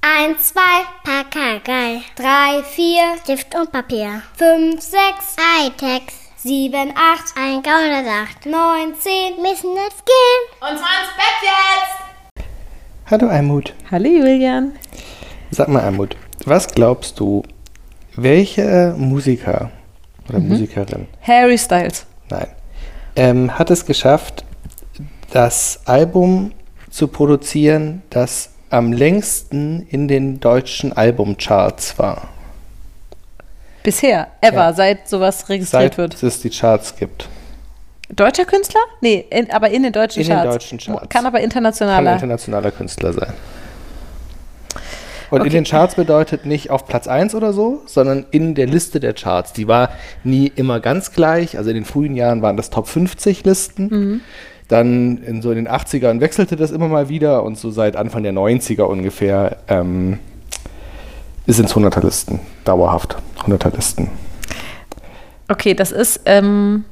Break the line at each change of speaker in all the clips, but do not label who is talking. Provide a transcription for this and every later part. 1, 2, Pakagei.
3, 4,
Stift und Papier.
5, 6,
Hightech.
7, 8,
1, 108.
9, 10.
Müssen jetzt gehen.
Und zwar ins Bett jetzt!
Hallo Almut.
Hallo Julian.
Sag mal Almut, was glaubst du, welcher Musiker oder Musikerin,
Harry Styles.
nein, ähm, hat es geschafft, das Album zu produzieren, das am längsten in den deutschen Albumcharts war,
Bisher, ever,
Ja.
seit sowas registriert
seit
wird.
es die Charts gibt?
Deutscher Künstler? Nee, in, aber in den deutschen
In den
Charts.
deutschen Charts.
Kann aber
Kann ein
internationaler.
internationaler Künstler sein. Und in den Charts bedeutet nicht auf Platz 1 oder so, sondern in der Liste der Charts. Die war nie immer ganz gleich. Also in den frühen Jahren waren das Top 50 Listen.
Mhm.
Dann in so in den 80ern wechselte das immer mal wieder und so seit Anfang der 90er ungefähr ähm, ist ins 100er Listen. Dauerhaft 100er Listen.
okay, das ist, ähm,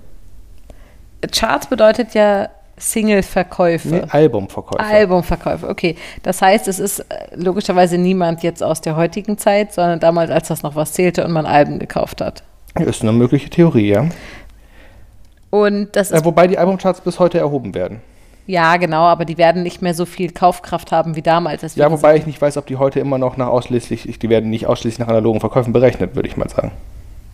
Charts bedeutet ja Single-Verkäufe.
Nee, Albumverkäufe.
Albumverkäufe, okay. Das heißt, es ist äh, logischerweise niemand jetzt aus der heutigen Zeit, sondern damals, als das noch was zählte und man Alben gekauft hat.
ist eine mögliche Theorie, ja.
Und das
ja
ist,
wobei die Albumcharts bis heute erhoben werden.
ja genau, aber die werden nicht mehr so viel Kaufkraft haben wie damals. Deswegen
Ja, wobei ich nicht weiß, ob die heute immer noch nach ausschließlich, ich- die werden nicht ausschließlich nach analogen Verkäufen berechnet, würde ich mal sagen.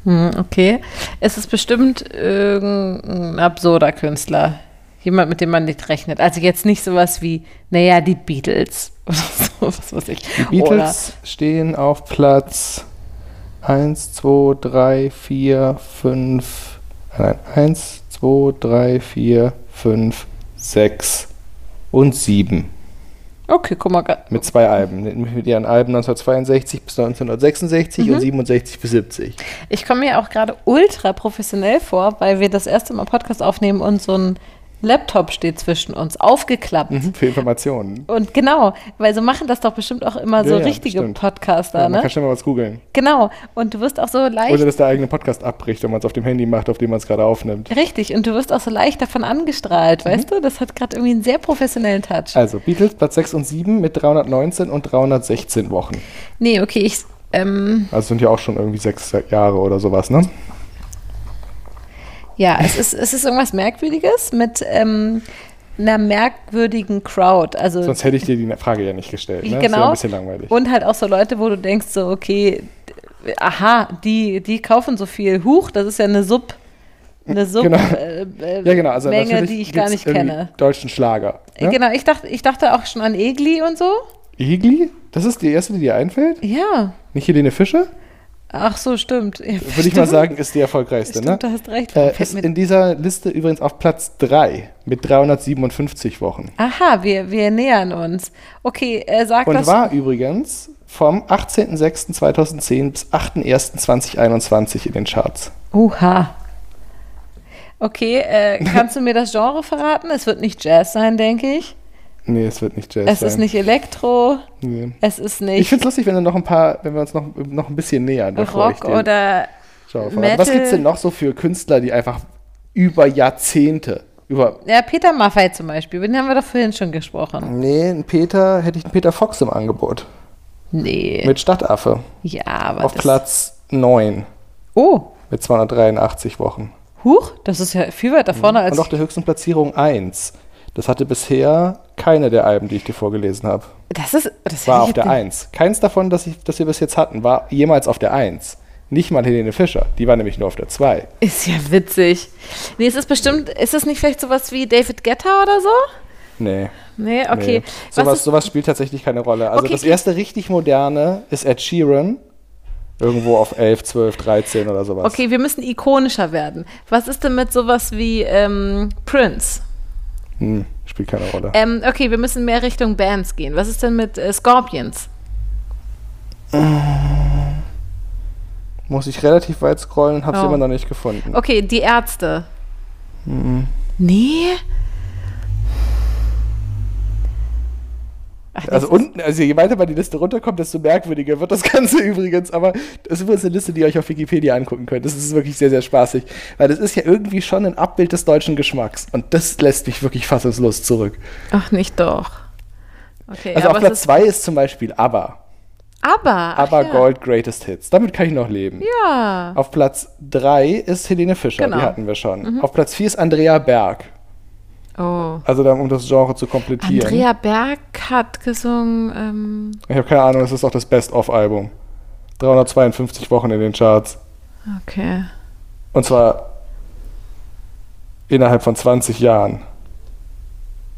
Hm, okay. Es ist bestimmt irgendein absurder Künstler. Jemand, mit dem man nicht rechnet. Also jetzt nicht sowas wie, naja, die Beatles oder so, was weiß ich.
Die Beatles stehen auf Platz 1, 2, 3, 4, 5, äh, nein, 1, 2, 3, 4, 5, 6 und 7
Oder, okay, guck mal. ga-
mit zwei Alben, nämlich mit ihren Alben 1962 bis 1966 und 67 bis 70.
Ich komme mir auch gerade ultra professionell vor, weil wir das erste Mal Podcast aufnehmen und so ein Laptop steht zwischen uns, aufgeklappt.
Für Informationen.
Und genau, weil so machen das doch bestimmt auch immer so
Ja, ja,
richtige
bestimmt.
Podcaster,
Ja, man
ne?
kann schnell mal was googeln.
Genau. Und du wirst auch so leicht.
Oder dass der eigene Podcast abbricht, wenn man es auf dem Handy macht, auf dem man es gerade aufnimmt.
Richtig, und du wirst auch so leicht davon angestrahlt, weißt du? Das hat gerade irgendwie einen sehr professionellen Touch.
Mhm. Also Beatles Platz 6 und 7 mit 319 und 316 Wochen.
Nee, okay, ich. Ähm,
Also sind ja auch schon irgendwie sechs Jahre oder sowas, ne?
ja, es ist, es ist irgendwas Merkwürdiges mit ähm, einer merkwürdigen Crowd. Also,
Sonst hätte ich dir die Frage ja nicht gestellt. Ne? Das wäre
genau.
ein bisschen langweilig.
Und halt auch so Leute, wo du denkst, so, okay, d- aha, die, die kaufen so viel. Huch, das ist ja eine Sub. Eine Sub
Genau.
äh, äh,
ja, genau. Also
Menge,
natürlich
die ich gar
gibt's
nicht
irgendwie
kenne.
Deutschen Schlager. Ne?
Genau, ich dachte, ich dachte auch schon an Egli und so.
Igli? Das ist die erste, die dir einfällt?
Ja.
Nicht Helene Fischer?
Ach so, stimmt. Ja,
Würde ich mal sagen, ist die erfolgreichste,
Stimmt, du
ne?
hast recht.
Äh,
Fällt
ist
mir-
in dieser Liste übrigens auf Platz 3 mit 357 Wochen.
Aha, wir, wir nähern uns. Okay, äh, sag
Und
das.
war übrigens vom 18.06.2010 bis 8.01.2021 in den Charts.
Uha. Okay, äh, kannst du mir das Genre verraten? Es wird nicht Jazz sein, denke ich.
Nee, es wird nicht Jazz
Es
sein.
ist nicht Elektro.
Nee.
Es ist
Ich
nicht
finde es lustig, wenn wir noch ein paar, wenn wir uns noch, noch ein bisschen nähern, bevor ich
Rock
den
oder.
Genre verrate. Was
Metal.
gibt's denn noch so für Künstler, die einfach über Jahrzehnte, über
Ja, Peter Maffay zum Beispiel. Über Den haben wir doch vorhin schon gesprochen.
Nee, ein Peter, hätte ich einen Peter Fox im Angebot.
Nee.
Mit Stadtaffe.
Ja, aber.
auf
das-
Platz 9
Oh,
mit 283 Wochen.
Huch, das ist ja viel weiter vorne als.
Mhm. Und auch der höchsten Platzierung 1. Das hatte bisher keine der Alben, die ich dir vorgelesen habe.
das ist. Das
War
hätte
auf
ich
der
jetzt-
1. Keins davon, das, ich, das wir bis jetzt hatten, war jemals auf der 1. Nicht mal Helene Fischer, die war nämlich nur auf der 2.
Ist ja witzig. Nee, es ist bestimmt. Ist es nicht vielleicht sowas wie David Guetta oder so?
Nee.
Nee, okay.
Nee. Sowas,
ist-
sowas spielt tatsächlich keine Rolle. Also
Okay,
das
okay.
erste richtig moderne ist Ed Sheeran. Irgendwo auf 11, 12, 13 oder sowas.
Okay, wir müssen ikonischer werden. Was ist denn mit sowas wie ähm, Prince?
Hm, spielt keine Rolle.
Ähm, okay, wir müssen mehr Richtung Bands gehen. Was ist denn mit äh, Scorpions?
Muss ich relativ weit scrollen, hab's
Oh.
immer noch nicht gefunden.
Okay, die Ärzte.
Mhm.
Nee? Ach, das
Also
ist-
unten, also je weiter man die Liste runterkommt, desto merkwürdiger wird das Ganze übrigens. Aber das ist übrigens eine Liste, die ihr euch auf Wikipedia angucken könnt. Das ist wirklich sehr, sehr spaßig. Weil das ist ja irgendwie schon ein Abbild des deutschen Geschmacks. Und das lässt mich wirklich fassungslos zurück.
Ach, nicht doch. Okay,
Also auf
aber es
Platz
ist-
2 ist zum Beispiel ABBA.
Aber.
Aber
ach ja.
Gold Greatest Hits. Damit kann ich noch leben.
Ja.
Auf Platz 3 ist Helene Fischer,
Genau.
die hatten wir schon. Auf Platz 4 ist Andrea Berg.
Oh.
Also dann, um das Genre zu komplettieren.
Andrea Berg hat gesungen. Ähm,
Ich habe keine Ahnung, es ist auch das Best-of-Album. 352 Wochen in den Charts.
okay.
Und zwar innerhalb von 20 Jahren.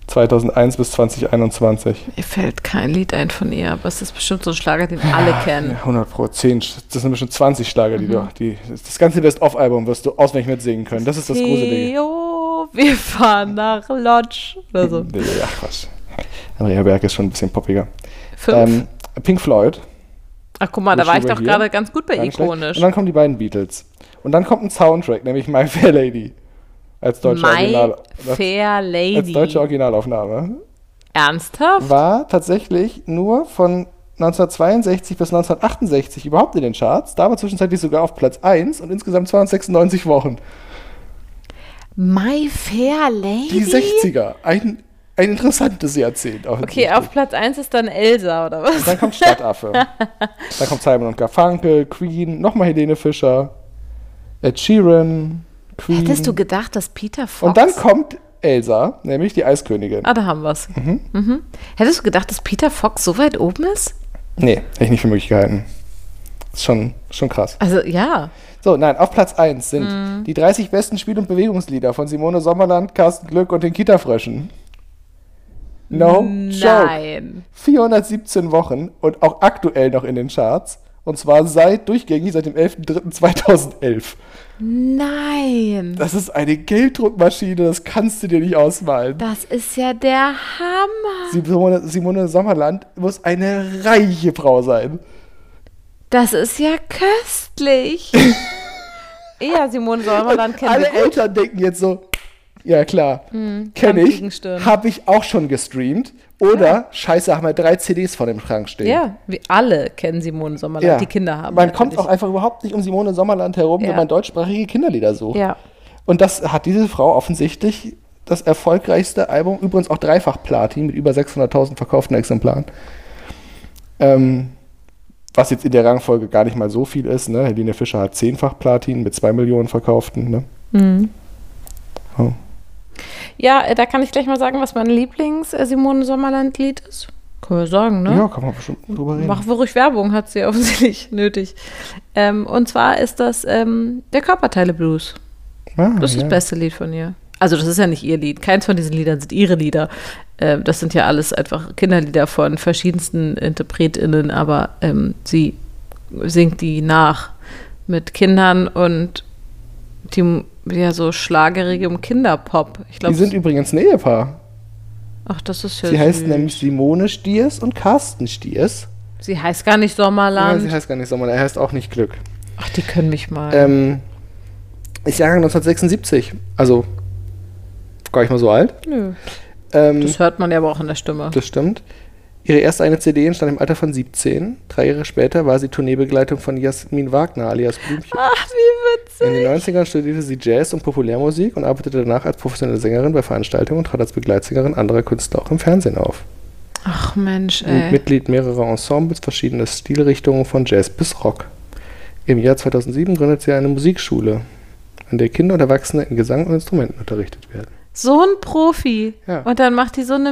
2001 bis 2021.
Mir fällt kein Lied ein von ihr, aber es ist bestimmt so ein Schlager, den alle
Ja,
kennen.
100 Pro, 10, Sch- das sind bestimmt 20 Schlager,
Mhm.
die du, die, das ganze Best-of-Album wirst du auswendig mitsingen können. Das ist das Gruselige.
Theo, wir fahren nach Lodge. Oder so.
Nee, ach Quatsch. Andrea Berg ist schon ein bisschen poppiger.
Fünf.
Ähm, Pink Floyd.
Ach, guck mal, da
Lutschi
war ich
über
doch
hier.
gerade ganz gut bei
Gar nicht schlecht.
ikonisch.
Und dann kommen die beiden Beatles. Und dann kommt ein Soundtrack, nämlich My Fair Lady. Als deutsche,
My
Original, als,
Fair
als
Lady.
deutsche Originalaufnahme.
Ernsthaft?
War tatsächlich nur von 1962 bis 1968 überhaupt in den Charts. Da war zwischenzeitlich sogar auf Platz 1 und insgesamt 296 Wochen.
My Fair Lady?
Die 60er. Ein, ein interessantes Jahrzehnt.
Okay,
offensichtlich.
auf Platz 1 ist dann Elsa, oder was?
Dann kommt Stadtaffe. dann kommt Simon und Garfunkel, Queen, nochmal Helene Fischer, Ed Sheeran, Queen.
Hättest du gedacht, dass Peter Fox...
Und dann kommt Elsa, nämlich die Eiskönigin.
Ah, da haben wir es. Mhm. Hättest du gedacht, dass Peter Fox so weit oben ist?
Nee, hätte ich nicht für möglich gehalten. Ist schon, schon krass.
Also, ja.
So, nein, auf Platz 1 sind
Mhm.
die 30 besten Spiel- und Bewegungslieder von Simone Sommerland, Carsten Glück und den Kita-Fröschen. No joke.
Nein.
417 Wochen und auch aktuell noch in den Charts. Und zwar seit durchgängig seit dem 11.03.2011.
Nein.
Das ist eine Gelddruckmaschine, das kannst du dir nicht ausmalen.
Das ist ja der Hammer.
Simone, Simone Sommerland muss eine reiche Frau sein.
Das ist ja köstlich. ja, Simone Solmerland kennen
Alle
wir gut. Hm,
Eltern denken jetzt so, ja klar, kenne ich,
Gegenstirn.
habe ich auch schon gestreamt. Oder, scheiße, haben wir drei CDs vor dem Schrank stehen.
Ja, wir alle kennen Simone Sommerland, die Kinder haben.
Man kommt auch
natürlich.
einfach überhaupt nicht um Simone Sommerland herum,
Ja.
wenn man deutschsprachige Kinderlieder sucht.
Ja.
Und das hat diese Frau offensichtlich das erfolgreichste Album, übrigens auch dreifach Platin mit über 600.000 verkauften Exemplaren. Ähm, was jetzt in der Rangfolge gar nicht mal so viel ist. Ne? Helene Fischer hat zehnfach Platin mit zwei Millionen verkauften. Ne?
Mhm.
Oh.
Ja, äh, da kann ich gleich mal sagen, was mein Lieblings-Simone Sommerland-Lied ist. Können wir sagen, ne?
Ja, kann man bestimmt drüber reden.
Mach ruhig Werbung, hat sie offensichtlich nötig. Ähm, und zwar ist das ähm, der Körperteile-Blues.
Ah,
Das ist
ja.
das beste Lied von ihr. Also das ist ja nicht ihr Lied. Keins von diesen Liedern sind ihre Lieder. Ähm, das sind ja alles einfach Kinderlieder von verschiedensten InterpretInnen, aber ähm, sie singt die nach mit Kindern und die ja so schlagerigem Kinderpop. Ich
Die
glaube,
sind übrigens ein Ehepaar.
ach, das ist ja
Sie heißen
süß.
nämlich Simone Stiers und Carsten Stiers.
Sie heißt gar nicht
Nein,
Sommerland.
sie heißt gar nicht Sommerland, er heißt auch nicht Glück.
ach, die können mich mal.
Ähm, ist Jahrgang 1976. Also, gar nicht mal so alt.
Nö.
Ähm,
Das
das,
hört man ja aber auch in der Stimme.
stimmt. Ihre erste eine CD entstand im Alter von 17. Drei Jahre später war sie Tourneebegleitung von Jasmin Wagner, alias Blümchen.
Ach, wie witzig.
In den 90ern studierte sie Jazz und Populärmusik und arbeitete danach als professionelle Sängerin bei Veranstaltungen und trat als Begleitsängerin anderer Künstler auch im Fernsehen auf.
Ach Mensch,
und
ey.
Mitglied mehrerer Ensembles verschiedener Stilrichtungen von Jazz bis Rock. Im Jahr 2007 gründete sie eine Musikschule, an der Kinder und Erwachsene in Gesang und Instrumenten unterrichtet werden.
So ein Profi.
Ja.
Und dann macht die so eine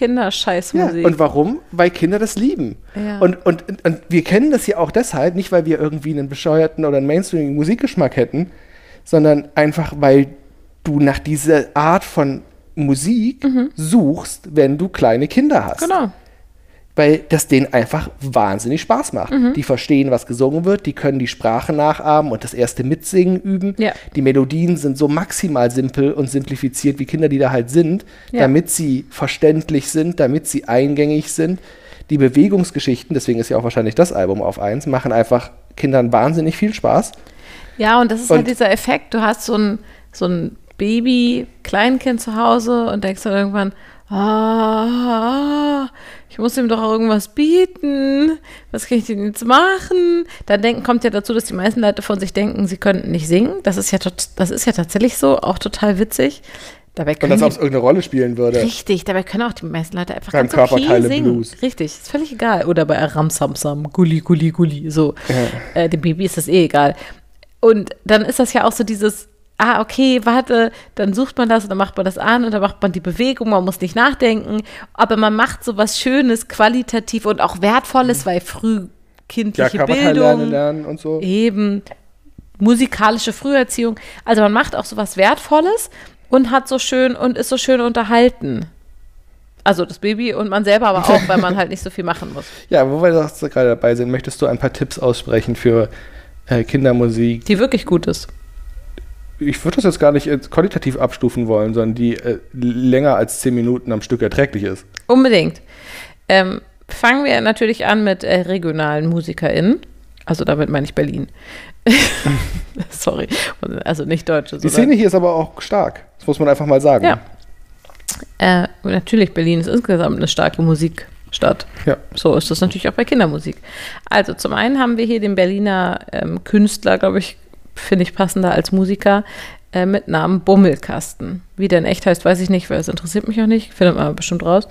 Mitklatsch-Kinderscheißmusik.
Und warum? Weil Kinder das lieben.
Ja.
Und, und, und, und wir kennen das ja auch deshalb, nicht weil wir irgendwie einen bescheuerten oder einen mainstreamigen Musikgeschmack hätten, sondern einfach weil du nach dieser Art von Musik suchst, wenn du kleine Kinder hast.
Mhm. Genau.
weil das denen einfach wahnsinnig Spaß macht.
Mhm.
Die verstehen, was gesungen wird, die können die Sprache nachahmen und das erste Mitsingen üben.
Ja.
Die Melodien sind so maximal simpel und simplifiziert, wie Kinder, die da halt sind,
Ja.
damit sie verständlich sind, damit sie eingängig sind. Die Bewegungsgeschichten, deswegen ist ja auch wahrscheinlich das Album auf eins, machen einfach Kindern wahnsinnig viel Spaß.
Ja, und das ist
Und-
halt dieser Effekt. Du hast so ein, so ein Baby, Kleinkind zu Hause und denkst dann irgendwann, ah, ich muss ihm doch auch irgendwas bieten. Was kann ich denn jetzt machen? Dann denken, kommt ja dazu, dass die meisten Leute von sich denken, sie könnten nicht singen. Das ist ja, tot- das ist ja tatsächlich so, auch total witzig. Dabei
Und
können
als ob es
die,
irgendeine Rolle spielen würde.
richtig, dabei können auch die meisten Leute einfach
Beim
ganz okay
Körperteile
singen.
Blues.
Richtig, ist völlig egal. Oder bei Ramsamsam, Gulli, Gulli, Gulli, so. Äh, dem Baby ist das eh egal. Und dann ist das ja auch so dieses, ah, okay, warte, dann sucht man das und dann macht man das an und dann macht man die Bewegung, man muss nicht nachdenken, aber man macht so was Schönes, qualitativ und auch Wertvolles, weil früh
Mhm. Ja,
kindliche
Körperteile
Bildung,
lernen, lernen und so.
Eben. Musikalische Früherziehung. Also man macht auch so was Wertvolles und hat so schön und ist so schön unterhalten. Also das Baby und man selber aber auch, weil man halt nicht so viel machen muss.
Ja, wo wir das gerade dabei sind, möchtest du ein paar Tipps aussprechen für äh, Kindermusik?
Die wirklich gut ist.
Ich würde das jetzt gar nicht äh, qualitativ abstufen wollen, sondern die äh, länger als 10 Minuten am Stück erträglich ist.
Unbedingt. Ähm, fangen wir natürlich an mit äh, regionalen MusikerInnen. Also damit meine ich Berlin. Sorry. Also nicht Deutsche,
Die
sondern
Szene hier ist aber auch stark. Das muss man einfach mal sagen.
Ja. Äh, natürlich, Berlin ist insgesamt eine starke Musikstadt.
Ja.
So ist das natürlich auch bei Kindermusik. Also zum einen haben wir hier den Berliner ähm, Künstler, glaube ich, finde ich passender als Musiker, äh, mit Namen Bummelkasten. Wie der in echt heißt, weiß ich nicht, weil es interessiert mich auch nicht. Findet man bestimmt raus.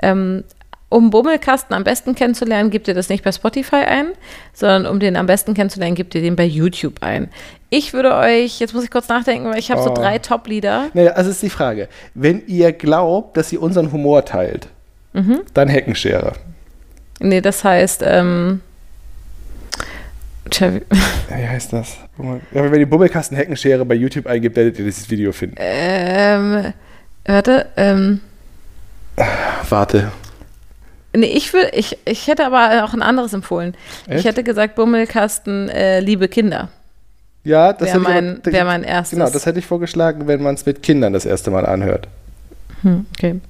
Ähm, um Bummelkasten am besten kennenzulernen, gebt ihr das nicht bei Spotify ein, sondern um den am besten kennenzulernen, gebt ihr den bei YouTube ein. Ich würde euch, jetzt muss ich kurz nachdenken, weil ich habe so
Oh.
drei Top-Lieder.
Naja, also ist die Frage. Wenn ihr glaubt, dass ihr unseren Humor teilt,
Mhm.
dann Heckenschere.
Nee, das heißt, ähm. Tja, wie-
Ja, Wie heißt das? Ja, wenn ihr Bubbelkasten Heckenschere bei YouTube eingibt, werdet ihr dieses Video finden.
Äh. ähm. Warte, ähm.
Warte.
Nee, ich würde, ich, ich hätte aber auch ein anderes empfohlen. Ich
Echt?
hätte gesagt, Bummelkasten, äh, liebe Kinder.
Ja, das
Wär
hätte ich
mein-
aber-
wär mein erstes.
Genau, das hätte ich vorgeschlagen, wenn man es mit Kindern das erste Mal anhört.
Okay.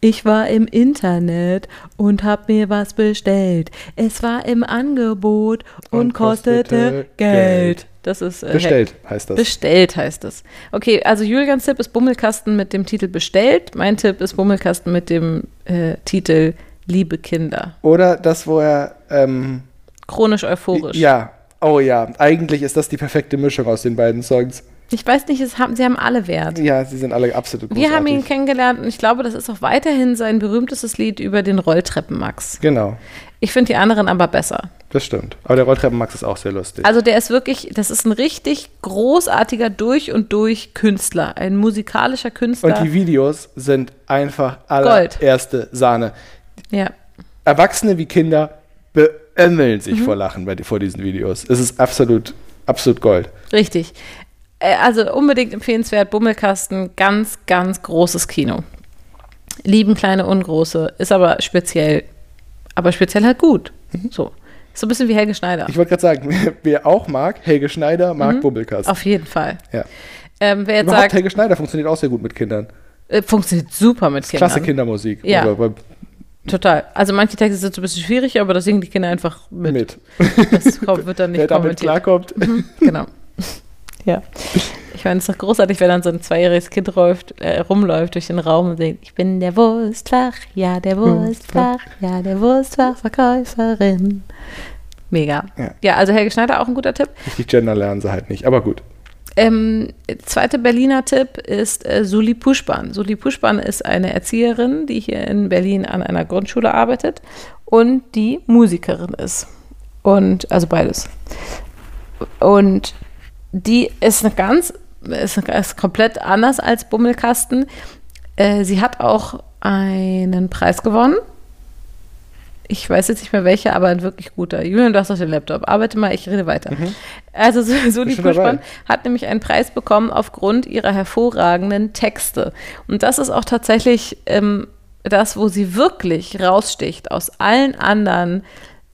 Ich war im Internet und hab mir was bestellt. Es war im Angebot und,
Und
kostete,
kostete
Geld.
Geld.
Das ist äh,
Bestellt heißt das.
Bestellt heißt es. Okay, also Julians Tipp ist Bummelkasten mit dem Titel Bestellt. Mein Tipp ist Bummelkasten mit dem äh, Titel Liebe Kinder.
Oder das, wo er. Ähm,
Chronisch euphorisch.
Ja. Oh ja, eigentlich ist das die perfekte Mischung aus den beiden Songs.
Ich weiß nicht, es haben, sie haben alle Wert.
Ja, sie sind alle absolut großartig.
Wir haben ihn kennengelernt und ich glaube, das ist auch weiterhin sein berühmtestes Lied über den Rolltreppenmax.
Genau,
Ich finde die anderen aber besser.
das stimmt. Aber der Rolltreppenmax ist auch sehr lustig.
Also der ist wirklich, das ist ein richtig großartiger durch und durch Künstler, ein musikalischer Künstler.
Und die Videos sind einfach allererste Sahne.
ja.
Erwachsene wie Kinder beömmeln sich
Mhm.
vor Lachen bei, vor diesen Videos. Es ist absolut, absolut Gold.
Richtig. Äh, Also unbedingt empfehlenswert, Bummelkasten, ganz, ganz großes Kino. Lieben kleine und große, ist aber speziell, aber speziell halt gut. So. Ist so ein bisschen wie Helge Schneider.
Mhm. Ich wollte gerade sagen, wer auch mag, Helge Schneider mag Bubbelkasten.
Mhm. Auf jeden Fall.
Ja.
Ähm, wer jetzt
Überhaupt
sagt,
Helge Schneider funktioniert auch sehr gut mit Kindern.
äh, funktioniert super mit Kindern.
Klasse Kindermusik.
Ja.
Oder bei-
Total. Also manche Texte sind so ein bisschen schwierig, aber das singen die Kinder einfach mit.
mit.
Das kommt, wird dann
Wer
nicht
damit
kommentiert.
klarkommt.
Genau. Ja. Ich meine, es ist doch großartig, wenn dann so ein zweijähriges Kind läuft, äh, rumläuft durch den Raum und singt, ich bin der Wurstfach, ja, der Wurstfach, ja, der Wurstfachverkäuferin. Mega. Ja.
Ja.
also Helge Schneider auch ein guter Tipp.
Die Gender lernen sie halt nicht, aber gut.
Ähm, zweiter Berliner Tipp ist äh, Suli Puschban. Suli Puschban ist eine Erzieherin, die hier in Berlin an einer Grundschule arbeitet und die Musikerin ist. Und also beides. Und die ist eine ganz, ist, ist komplett anders als Bummelkasten. Äh, sie hat auch einen Preis gewonnen. Ich weiß jetzt nicht mehr welcher, aber ein wirklich guter. Julian, du hast doch den Laptop. Arbeite mal, ich rede weiter. Also so, so die
Mhm. schon dabei.
Puschmann hat nämlich einen Preis bekommen aufgrund ihrer hervorragenden Texte. Und das ist auch tatsächlich ähm, das, wo sie wirklich raussticht aus allen anderen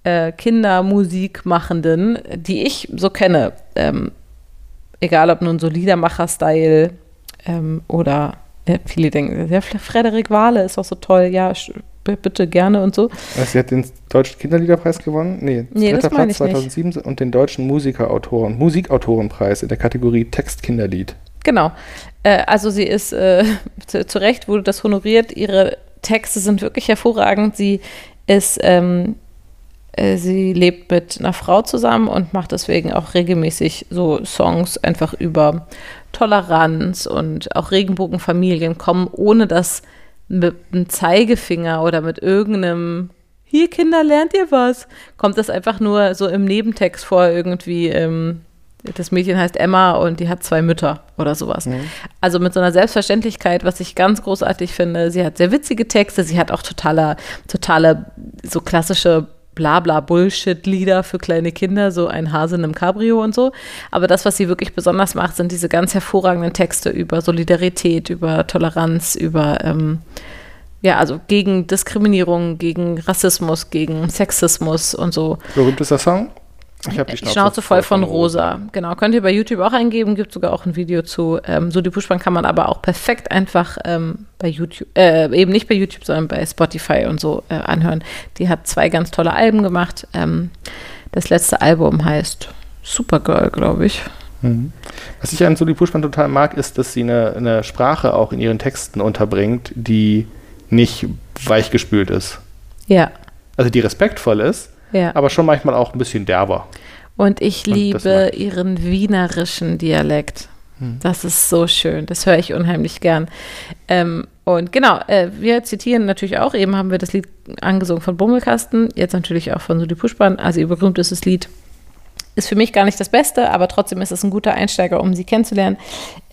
äh, Kindermusikmachenden, die ich so kenne. Ähm, egal ob nun solider Macher-Style ähm, oder äh, viele denken, ja, Fre- Frederik Wahle ist auch so toll, ja, sch- b- bitte gerne und so.
Also sie hat den Deutschen Kinderliederpreis gewonnen? Nee,
Nee, das
dritter
meine
Platz
ich nicht.
2007 und den Deutschen Musikautoren, Musikautorenpreis in der Kategorie Textkinderlied.
Genau. Äh, also sie ist äh, zu, zu Recht, wurde das honoriert. Ihre Texte sind wirklich hervorragend. Sie ist ähm, Äh, Sie lebt mit einer Frau zusammen und macht deswegen auch regelmäßig so Songs einfach über Toleranz und auch Regenbogenfamilien kommen, ohne dass mit einem Zeigefinger oder mit irgendeinem hier Kinder lernt ihr was, kommt das einfach nur so im Nebentext vor irgendwie. Ähm, das Mädchen heißt Emma und die hat zwei Mütter oder sowas. Also mit so einer Selbstverständlichkeit, was ich ganz großartig finde. Sie hat sehr witzige Texte, sie hat auch totale, totale so klassische Blabla-Bullshit-Lieder für kleine Kinder, so ein Hase in einem Cabrio und so. Aber das, was sie wirklich besonders macht, sind diese ganz hervorragenden Texte über Solidarität, über Toleranz, über ähm, ja, also gegen Diskriminierung, gegen Rassismus, gegen Sexismus und so.
Berühmt ist der Song? Ich habe die
Schnauze, voll von, Rosa. Genau, könnt ihr bei YouTube auch eingeben, gibt sogar auch ein Video zu. Ähm, so die Pushbahn kann man aber auch perfekt einfach ähm, bei YouTube, äh, eben nicht bei YouTube, sondern bei Spotify und so äh, anhören. Die hat zwei ganz tolle Alben gemacht. Ähm, das letzte Album heißt Supergirl, glaube ich.
Was ich an Suli Puschmann total mag, ist, dass sie eine, eine Sprache auch in ihren Texten unterbringt, die nicht weichgespült ist.
Ja,
Also die respektvoll ist,
ja.
aber schon manchmal auch ein bisschen derber.
Und ich
Und das
liebe
mag ich. Hm.
ihren wienerischen Dialekt. Das ist so schön. Das höre ich unheimlich gern. Ähm, und genau, äh, wir zitieren natürlich auch. Eben haben wir das Lied angesungen von Bummelkasten, jetzt natürlich auch von Sudi Puschbahn, also ihr berühmtestes Lied. Ist für mich gar nicht das Beste, aber trotzdem ist es ein guter Einsteiger, um sie kennenzulernen.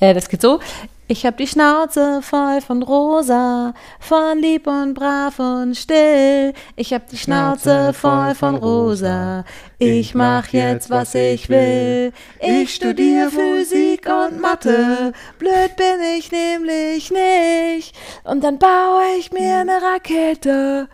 Äh, das geht so. Ich hab die Schnauze voll von Rosa, von lieb und brav und still. Ich hab die Schnauze voll von Rosa. Ich mach jetzt, was ich will. Ich studiere Physik und Mathe. Blöd bin ich nämlich nicht. Und dann baue ich mir
Hm.
eine Rakete.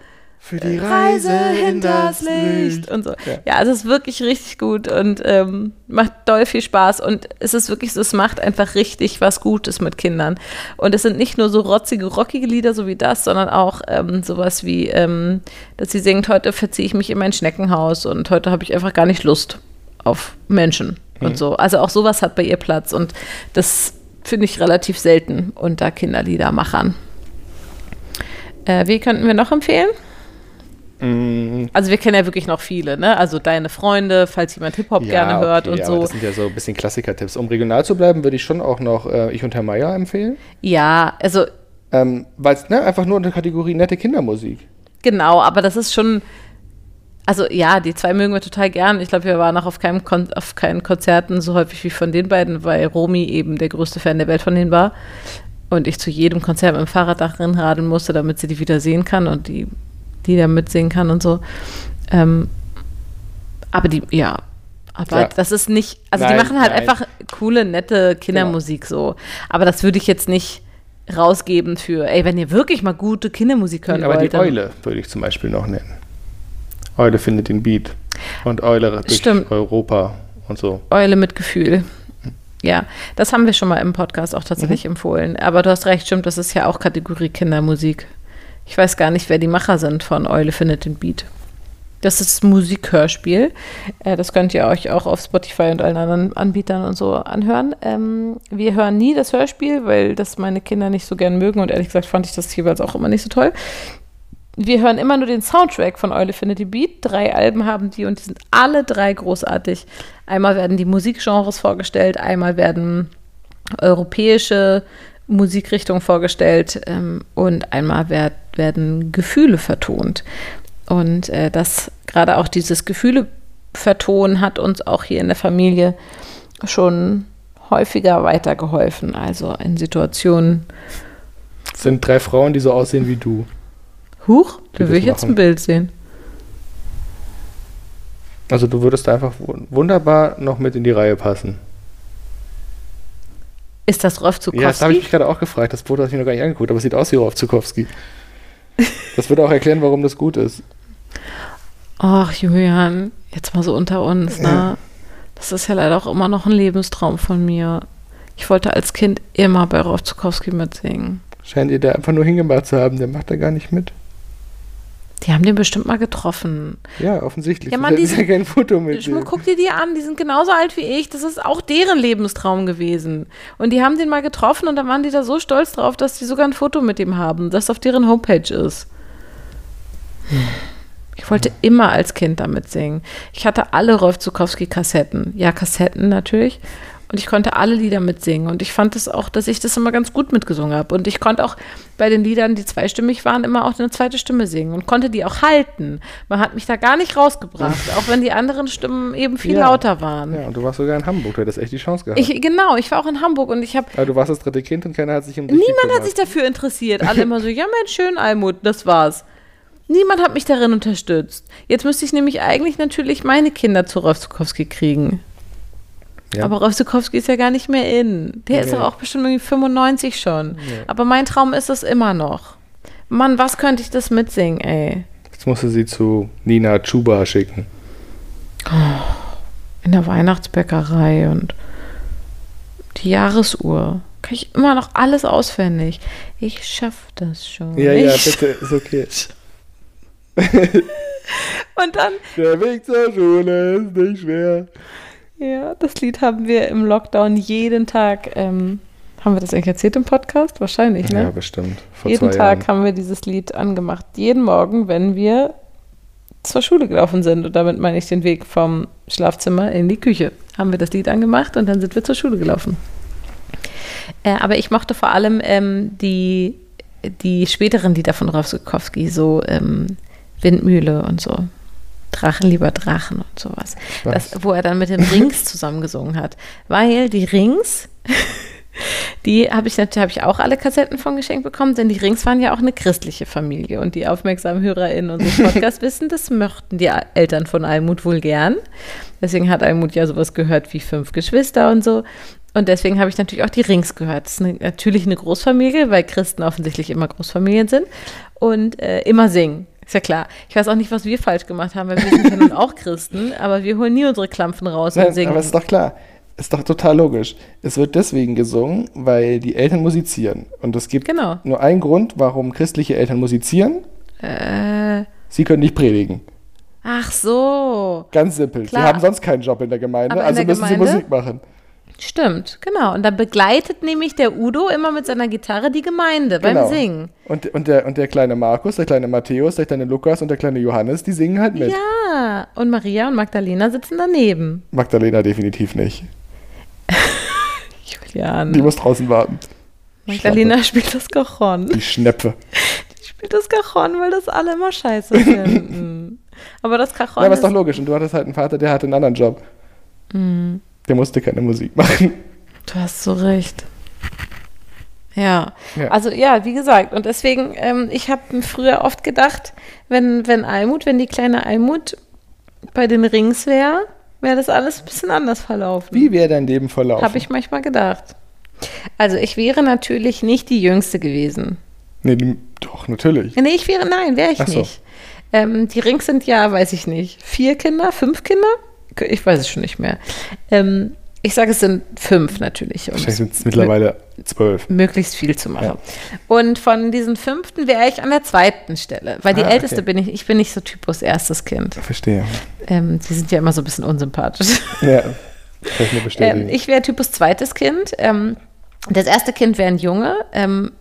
Für die
Reise hinters Licht und so. Ja. also es ist wirklich richtig gut und ähm, macht doll viel Spaß und es ist wirklich so, es macht einfach richtig was Gutes mit Kindern. Und es sind nicht nur so rotzige, rockige Lieder, so wie das, sondern auch ähm, sowas wie, ähm, dass sie singt, heute verziehe ich mich in mein Schneckenhaus und heute habe ich einfach gar nicht Lust auf Menschen und so. Also auch sowas hat bei ihr Platz und das finde ich relativ selten unter Kinderliedermachern. Äh, wie könnten wir noch empfehlen?
Mm.
Also wir kennen ja wirklich noch viele, ne? Also deine Freunde, falls jemand Hip-Hop gerne hört
okay,
und
Aber
so.
das sind ja so ein bisschen Klassiker-Tipps. Um regional zu bleiben, würde ich schon auch noch äh, Ich und Herr Meier empfehlen.
Ja, also
Ähm, Weil es ne, einfach nur in der Kategorie nette Kindermusik.
genau, aber das ist schon. Also ja, die zwei mögen wir total gern. Ich glaube, wir waren auch auf, keinem Kon auf keinen Konzerten so häufig wie von den beiden, weil Romy eben der größte Fan der Welt von denen war. Und ich zu jedem Konzert mit dem Fahrrad darin radeln musste, damit sie die wieder sehen kann und die, die da mitsingen kann und so. Ähm, aber die, ja. Aber
Ja.
das ist nicht, also
Nein,
die machen halt
nein. Genau.
einfach coole, nette Kindermusik so. Aber das würde ich jetzt nicht rausgeben für, ey, wenn ihr wirklich mal gute Kindermusik hören
Aber
wollt.
die
dann-
Eule würde ich zum Beispiel noch nennen. Eule findet den Beat. Und Eule durch
Stimmt.
Europa und so.
Eule mit Gefühl. Ja, das haben wir schon mal im Podcast auch tatsächlich empfohlen. Aber du hast recht, stimmt, das ist ja auch Kategorie Kindermusik. Ich weiß gar nicht, wer die Macher sind von Eule findet den Beat. Das ist Musikhörspiel. Äh, Das könnt ihr euch auch auf Spotify und allen anderen Anbietern und so anhören. Ähm, Wir hören nie das Hörspiel, weil das meine Kinder nicht so gern mögen und ehrlich gesagt fand ich das jeweils auch immer nicht so toll. Wir hören immer nur den Soundtrack von Eule findet die Beat. Drei Alben haben die und die sind alle drei großartig. Einmal werden die Musikgenres vorgestellt, einmal werden europäische Musikrichtungen vorgestellt ähm, und einmal werd, werden Gefühle vertont. Und äh, das gerade auch dieses Gefühle vertonen hat uns auch hier in der Familie schon häufiger weitergeholfen. Also in Situationen,
Es sind drei Frauen, die so aussehen wie du.
huch,
Die
da will
das
ich jetzt
machen.
ein Bild sehen.
Also du würdest da einfach wun- wunderbar noch mit in die Reihe passen.
Ist das Rolf
Ja, das habe ich
Zukowski?
mich gerade auch gefragt. Das Foto habe ich mir noch gar nicht angeguckt, aber es sieht aus wie Rolf Zukowski. Das würde auch erklären, warum das gut ist.
Ach, Julian, jetzt mal so unter uns, ne? Das ist ja leider auch immer noch ein Lebenstraum von mir. Ich wollte als Kind immer bei Rolf Zukowski mitsingen.
Scheint ihr da einfach nur hingemacht zu haben, der macht da gar nicht mit.
Die haben den bestimmt mal getroffen.
Ja, offensichtlich.
Ja, Mann,
Sonst hätten
die-
sie ja kein Foto mit.
Schmuck, guck dir die an, die sind genauso alt wie ich. Das ist auch deren Lebenstraum gewesen. Und die haben den mal getroffen und dann waren die da so stolz drauf, dass die sogar ein Foto mit ihm haben, das auf deren Homepage ist. Hm. Ich wollte immer als Kind damit singen. Ich hatte alle Rolf Zukowski-Kassetten. Ja, Kassetten natürlich. Und ich konnte alle Lieder mitsingen. Und ich fand es das auch, dass ich das immer ganz gut mitgesungen habe. Und ich konnte auch bei den Liedern, die zweistimmig waren, immer auch eine zweite Stimme singen und konnte die auch halten. Man hat mich da gar nicht rausgebracht, auch wenn die anderen Stimmen eben viel
Ja.
lauter waren.
Ja, und du warst sogar in Hamburg, du hättest echt die Chance gehabt.
Ich, genau, ich war auch in Hamburg und ich habe
Aber Ah, du warst das dritte Kind und keiner hat sich um dich
Niemand hat
gekümmert.
sich dafür interessiert. Alle immer so, ja Mensch, schön, Almut, das war's. Niemand hat mich darin unterstützt. Jetzt müsste ich nämlich eigentlich natürlich meine Kinder zu Rostukowski kriegen.
Ja.
Aber Rostukowski ist ja gar nicht mehr in. Der ist
Nee.
doch auch bestimmt irgendwie 95 schon. Aber mein Traum ist es immer noch. Mann, was könnte ich das mitsingen, ey?
Jetzt musste sie zu Nina Chuba schicken.
In der Weihnachtsbäckerei und die Jahresuhr. Kann ich immer noch alles auswendig. Ich schaff das schon.
Ja, ja,
ich
bitte, ist okay.
Und dann
Der Weg zur Schule ist nicht schwer.
Ja, das Lied haben wir im Lockdown jeden Tag. Ähm, haben wir das eigentlich erzählt im Podcast? Wahrscheinlich,
Ja,
ne?
bestimmt. Vor
jeden
zwei
Tag
Jahren.
haben wir dieses Lied angemacht. Jeden Morgen, wenn wir zur Schule gelaufen sind. Und damit meine ich den Weg vom Schlafzimmer in die Küche. Haben wir das Lied angemacht und dann sind wir zur Schule gelaufen. Äh, aber ich mochte vor allem ähm, die, die späteren Lieder von Rowskowski, so ähm, Windmühle und so. Drachen lieber Drachen und sowas. Das, wo er dann mit den Rings zusammengesungen hat. Weil die Rings, die habe ich natürlich hab ich auch alle Kassetten von geschenkt bekommen, denn die Rings waren ja auch eine christliche Familie. Und die aufmerksamen HörerInnen unseres Podcasts wissen, das möchten die Eltern von Almut wohl gern. Deswegen hat Almut ja sowas gehört wie fünf Geschwister und so. Und deswegen habe ich natürlich auch die Rings gehört. Das ist eine, natürlich eine Großfamilie, weil Christen offensichtlich immer Großfamilien sind und äh, immer singen. Ist ja klar. Ich weiß auch nicht, was wir falsch gemacht haben, weil wir sind ja nun auch Christen, aber wir holen nie unsere Klampfen raus und
Nein,
singen.
aber ist doch klar. Ist doch total logisch. Es wird deswegen gesungen, weil die Eltern musizieren. Und es gibt
Genau.
nur einen Grund, warum christliche Eltern musizieren.
äh,
Sie können nicht predigen.
ach so.
Ganz simpel.
Klar.
Sie haben sonst keinen Job in der Gemeinde,
Aber in
also
der
müssen
Gemeinde?
sie Musik machen.
Stimmt, genau. Und da begleitet nämlich der Udo immer mit seiner Gitarre die Gemeinde beim Singen.
Genau. Und, und, der, und der kleine Markus, der kleine Matthäus, der kleine Lukas und der kleine Johannes, die singen halt mit.
Ja, und Maria und Magdalena sitzen daneben.
Magdalena definitiv nicht. Die
Julian.
muss draußen warten.
Magdalena spielt das Cajon.
Die Schnepfe.
Die spielt das Cajon, weil das alle immer scheiße finden. Aber das Cajon
Ja, aber ist
ist,
doch logisch. Und du hattest halt einen Vater, der hatte einen anderen Job.
Mhm.
Der musste keine Musik machen.
Du hast so recht. Ja.
Ja.
also ja, wie gesagt, und deswegen, ähm, ich habe früher oft gedacht, wenn, wenn Almut, wenn die kleine Almut bei den Rings wäre, wäre das alles ein bisschen anders verlaufen.
Wie wäre dein Leben verlaufen?
Habe ich manchmal gedacht. Also ich wäre natürlich nicht die Jüngste gewesen.
Nee, die- doch, natürlich.
Nee, ich wäre, nein, wäre ich
Ach so.
nicht. Ähm, die Rings sind ja, weiß ich nicht, vier Kinder, fünf Kinder? Ich weiß es schon nicht mehr. Ähm, ich sage, es sind fünf natürlich. um
Wahrscheinlich
es
sind es mittlerweile zwölf.
möglichst viel zu machen. Und von diesen fünften wäre ich an der zweiten Stelle, weil die
Ah,
älteste
okay.
bin ich, ich bin nicht so Typus erstes Kind.
Verstehe.
Ähm, die sind ja immer so ein bisschen unsympathisch.
Ja, kann ich nur bestätigen.
Ähm, ich wäre Typus zweites Kind. Ähm, das erste Kind wäre ein Junge. Ähm,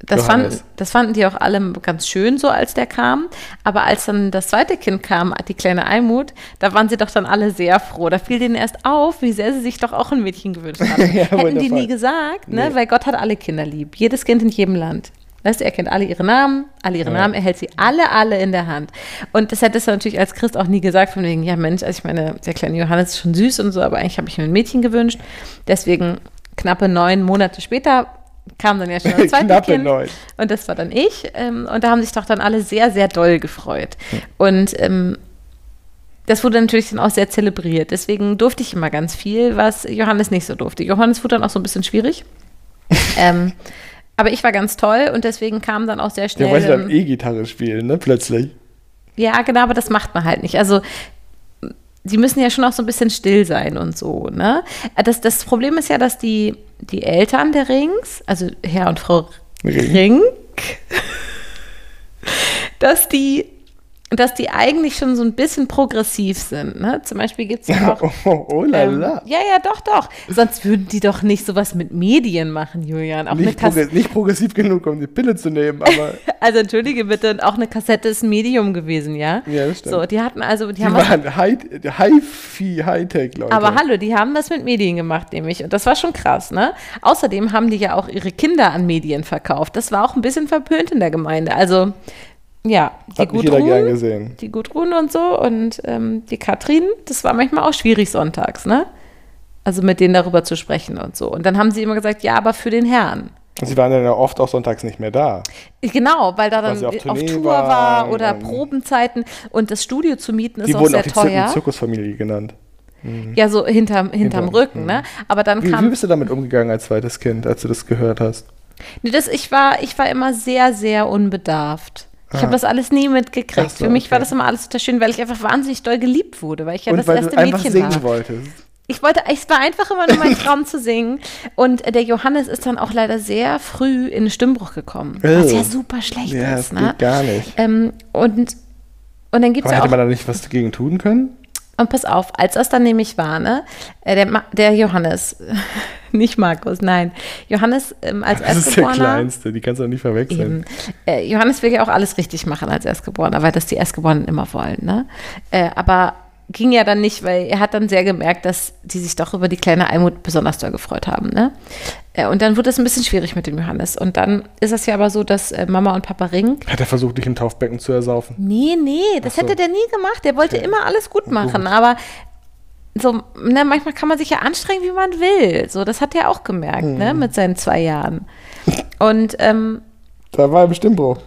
das,
Johannes.
fanden, das fanden die auch alle ganz schön so, als der kam. Aber als dann das zweite Kind kam, die kleine Almut, da waren sie doch dann alle sehr froh. Da fiel denen erst auf, wie sehr sie sich doch auch ein Mädchen gewünscht haben.
Ja,
Hätten die
wundervoll.
nie gesagt, ne?
Nee.
weil Gott hat alle Kinder lieb. Jedes Kind in jedem Land. Weißt du, er kennt alle ihre Namen, alle ihre Namen, er hält sie alle, alle in der Hand. Und das hättest du natürlich als Christ auch nie gesagt, von wegen, ja Mensch, also ich meine, der kleine Johannes ist schon süß und so, aber eigentlich habe ich mir ein Mädchen gewünscht. Deswegen knappe neun Monate später kam dann ja schon das zweite
Knappe
Kind.
neun.
Und das war dann ich. Ähm, und da haben sich doch dann alle sehr, sehr doll gefreut. Und ähm, das wurde natürlich dann auch sehr zelebriert. Deswegen durfte ich immer ganz viel, was Johannes nicht so durfte. Johannes wurde dann auch so ein bisschen schwierig. ähm, aber ich war ganz toll und deswegen kam dann auch sehr
Der
schnell.
wollte
ähm,
dann E-Gitarre spielen, ne? Plötzlich.
ja, genau, aber das macht man halt nicht. Also die müssen ja schon auch so ein bisschen still sein und so, ne? Das, das Problem ist ja, dass die, die Eltern der Rings, also Herr und Frau
Rink.
Rink, dass die dass die eigentlich schon so ein bisschen progressiv sind. Ne? Zum Beispiel gibt es ja auch.
Oh, oh, oh la
Ähm,
la.
ja, ja, doch, doch. Sonst würden die doch nicht sowas mit Medien machen, Julian. Auch
Nicht,
eine Kass-
progre- nicht progressiv genug, um die Pille zu nehmen, aber
also entschuldige bitte, auch eine Kassette ist ein Medium gewesen, ja?
Ja, das stimmt.
So, die hatten also, die,
die
haben was,
waren High- Hi-Fi, Hightech, Leute.
aber hallo, die haben was mit Medien gemacht, nämlich. Und das war schon krass, ne? Außerdem haben die ja auch ihre Kinder an Medien verkauft. Das war auch ein bisschen verpönt in der Gemeinde. Also, ja, die
Hat nicht jeder
Gudrun-
gern gesehen.
die Gudrun und so und ähm, die Katrin, das war manchmal auch schwierig sonntags, ne? Also mit denen darüber zu sprechen und so. Und dann haben sie immer gesagt, ja, aber für den Herrn.
Und sie waren dann ja oft auch sonntags nicht mehr da.
Genau, weil da dann
sie auf
auf,
Tournee
Tour
waren
war oder
und-
Probenzeiten und das Studio zu mieten ist
die
auch
wurden auch
sehr
die Zir-
teuer.
Zirkusfamilie genannt.
Ja, so hinterm,
Hinterm,
hinterm Rücken, ne? Aber dann
Wie, wie
kam.
bist du damit umgegangen als zweites Kind, als du das gehört hast?
Nee, das, ich, war, ich war immer sehr, sehr unbedarft. Ich
Ah.
habe das alles nie mitgekriegt.
Ach so,
Für mich war
okay.
das immer alles total schön, weil ich einfach wahnsinnig doll geliebt wurde, weil ich ja
Und
das
weil
erste
du einfach
Mädchen
singen
war.
wolltest.
ich wollte, es war einfach immer nur mein Traum zu singen. Und äh, der Johannes ist dann auch leider sehr früh in den Stimmbruch gekommen. Was
Oh.
ja super schlecht
Ja, das
ist, ne?
geht gar nicht.
Ähm, und, und dann gibt es
Aber
ja
hätte
auch
man da nicht was dagegen tun können?
und pass auf, als das dann nämlich war, ne, äh, der, Ma der Johannes, nicht Markus, nein, Johannes ähm, als
Das ist der
Erstgeborener.
Kleinste, die kannst du doch nicht verwechseln.
Eben. Äh, Johannes will ja auch alles richtig machen als Erstgeborener, weil das die Erstgeborenen immer wollen, ne? Äh, aber ging ja dann nicht, weil er hat dann sehr gemerkt, dass die sich doch über die kleine Almut besonders doll gefreut haben, ne? Äh, Und dann wurde es ein bisschen schwierig mit dem Johannes. Und dann ist es ja aber so, dass äh, Mama und Papa Ring
Hat er versucht, dich im Taufbecken zu ersaufen?
Nee, nee, das
Ach so.
hätte der nie gemacht. Der wollte
Okay.
immer alles gut machen,
Gut.
aber so, ne, manchmal kann man sich ja anstrengen, wie man will. So, das hat er auch gemerkt, ne, mit seinen zwei Jahren. Und ähm,
Da war er im Stimmbruch.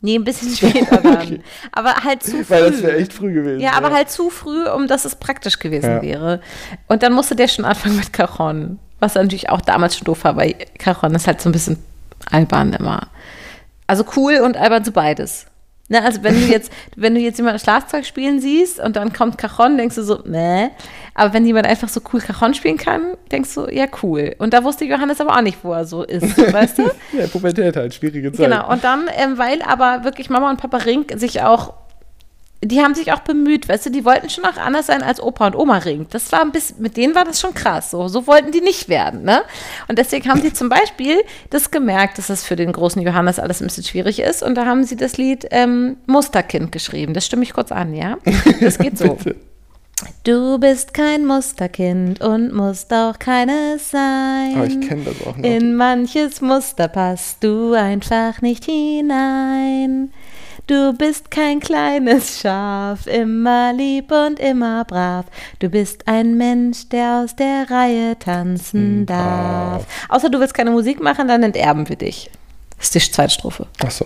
nee, ein bisschen später dann. Aber halt zu früh.
Weil das eh wäre echt früh gewesen.
ja, aber halt zu früh, um dass es praktisch gewesen
Ja.
wäre. Und dann musste der schon anfangen mit Caron, was natürlich auch damals schon doof war, weil Caron ist halt so ein bisschen albern immer. Also cool und albern so beides. Ne, also wenn du jetzt, wenn du jetzt jemanden Schlagzeug spielen siehst und dann kommt Cajon, denkst du so, ne. Aber wenn jemand einfach so cool Cajon spielen kann, denkst du, ja cool. Und da wusste Johannes aber auch nicht, wo er so ist, weißt du?
Ja, Pubertät halt, schwierige Zeit.
Genau, und dann, ähm, weil aber wirklich Mama und Papa Rink sich auch, die haben sich auch bemüht, weißt du, die wollten schon auch anders sein als Opa und Oma Rink. Das war ein bisschen, mit denen war das schon krass, so, so wollten die nicht werden, ne? Und deswegen haben sie zum Beispiel das gemerkt, dass das für den großen Johannes alles ein bisschen schwierig ist und da haben sie das Lied ähm, Musterkind geschrieben. Das stimme ich kurz an, ja? Das geht so.
Bitte.
Du bist kein Musterkind und musst auch keines sein.
Aber ich kenne das auch ne? noch.
Mhm. In manches Muster passt du einfach nicht hinein. Du bist kein kleines Schaf, immer lieb und immer brav. Du bist ein Mensch, der aus der Reihe tanzen darf. Außer du willst keine Musik machen, dann enterben wir dich. Das ist die Zweitstrophe.
Achso.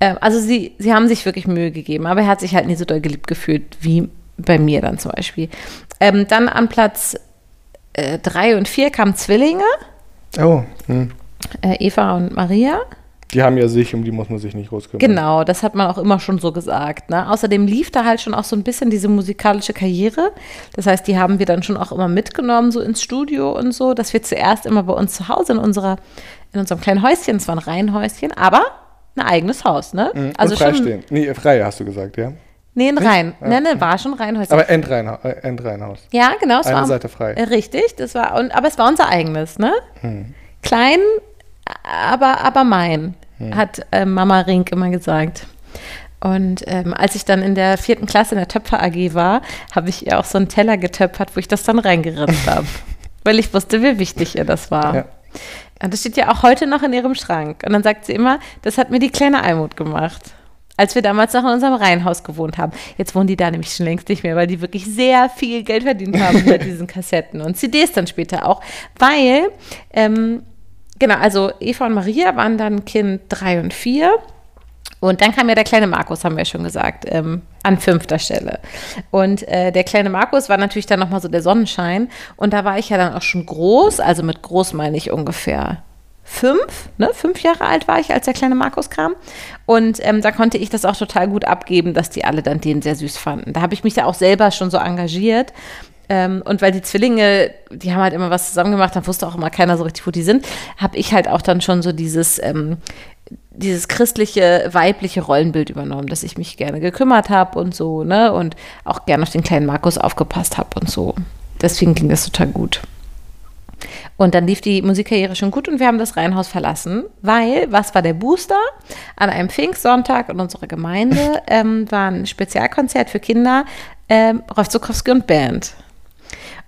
Ähm, also sie, sie haben sich wirklich Mühe gegeben, aber er hat sich halt nie so doll geliebt gefühlt wie bei mir dann zum Beispiel. Ähm, dann an Platz äh, drei und vier kamen Zwillinge
Oh. Hm.
äh, Eva und Maria.
Die haben ja sich, um die muss man sich nicht groß kümmern.
Genau, das hat man auch immer schon so gesagt. Ne? Außerdem lief da halt schon auch so ein bisschen diese musikalische Karriere. Das heißt, die haben wir dann schon auch immer mitgenommen, so ins Studio und so, dass wir zuerst immer bei uns zu Hause in unserer, in unserem kleinen Häuschen, es war ein Reihenhäuschen, aber ein eigenes Haus, ne?
Hm. Also und freistehen. Nee, frei hast du gesagt, ja?
nee, ein Rhein. Nee, nee, war schon ein Reihenhäuschen.
Aber Endreinha äh, Endreinhaus.
ja, genau, es
eine
war
Seite frei. Hm.
äh, richtig, das war und, aber es war unser eigenes, ne? Klein, aber aber mein,
Hm.
hat äh, Mama Rink immer gesagt. Und ähm, als ich dann in der vierten Klasse in der Töpfer AG war, habe ich ihr auch so einen Teller getöpfert, wo ich das dann reingeritzt habe. Weil ich wusste, wie wichtig ihr das war.
Ja.
Und Ah, das steht ja auch heute noch in ihrem Schrank. Und dann sagt sie immer, das hat mir die kleine Almut gemacht. Als wir damals noch in unserem Reihenhaus gewohnt haben. Jetzt wohnen die da nämlich schon längst nicht mehr, weil die wirklich sehr viel Geld verdient haben mit diesen Kassetten und CDs dann später auch. Weil, ähm, genau, also Eva und Maria waren dann Kind drei und vier. Und dann kam ja der kleine Markus, haben wir ja schon gesagt, ähm, an fünfter Stelle. Und äh, der kleine Markus war natürlich dann nochmal so der Sonnenschein. Und da war ich ja dann auch schon groß, also mit groß meine ich ungefähr fünf, ne? Fünf Jahre alt war ich, als der kleine Markus kam. Und ähm, da konnte ich das auch total gut abgeben, dass die alle dann den sehr süß fanden. Da habe ich mich ja auch selber schon so engagiert. Ähm, und weil die Zwillinge, die haben halt immer was zusammen gemacht, dann wusste auch immer keiner so richtig, wo die sind, habe ich halt auch dann schon so dieses ähm, dieses christliche, weibliche Rollenbild übernommen, dass ich mich gerne gekümmert habe und so, ne? Und auch gerne auf den kleinen Markus aufgepasst habe und so. Deswegen ging das total gut. Und dann lief die Musikkarriere schon gut und wir haben das Reihenhaus verlassen, weil, was war der Booster? An einem Pfingstsonntag in unserer Gemeinde ähm, war ein Spezialkonzert für Kinder, ähm, Rolf Zukowski und Band.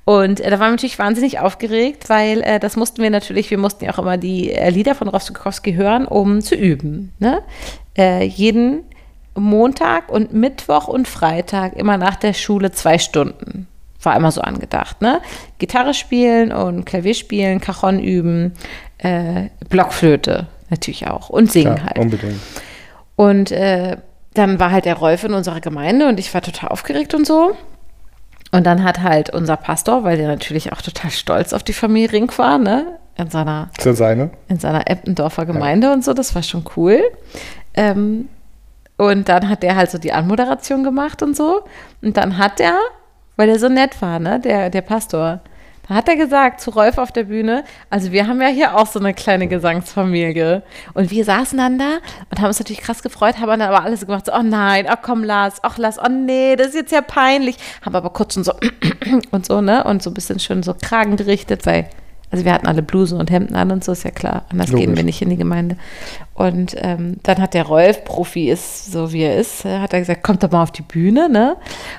Und äh, da waren wir natürlich wahnsinnig aufgeregt, weil äh, das mussten wir natürlich, wir mussten ja auch immer die äh, Lieder von Rolf Zukowski hören, um zu üben. Ne? Äh, jeden Montag und Mittwoch und Freitag immer nach der Schule zwei Stunden. War immer so angedacht, ne? Gitarre spielen und Klavier spielen, Cajon üben, äh, Blockflöte natürlich auch und singen halt.
unbedingt.
Und äh, dann war halt der Rolf in unserer Gemeinde und ich war total aufgeregt und so. Und dann hat halt unser Pastor, weil der natürlich auch total stolz auf die Familie Rink war, ne? In seiner,
Zu seine.
in seiner Eppendorfer Gemeinde und so, das war schon cool. Ähm, und dann hat der halt so die Anmoderation gemacht und so. Und dann hat er, weil er so nett war, ne, der, der Pastor, da hat er gesagt zu Rolf auf der Bühne, also wir haben ja hier auch so eine kleine Gesangsfamilie. Und wir saßen dann da und haben uns natürlich krass gefreut, haben dann aber alles gemacht, so, oh nein, oh komm Lars, ach Lars, oh nee, das ist jetzt ja peinlich. Haben aber kurz schon so und so, ne, und so ein bisschen schön so Kragen gerichtet, weil, also wir hatten alle Blusen und Hemden an und so, ist ja klar, anders gehen
Logisch.
wir nicht in die Gemeinde. Und ähm, dann hat der Rolf, Profi ist so wie er ist, äh, hat er gesagt, kommt doch mal auf die Bühne, ne?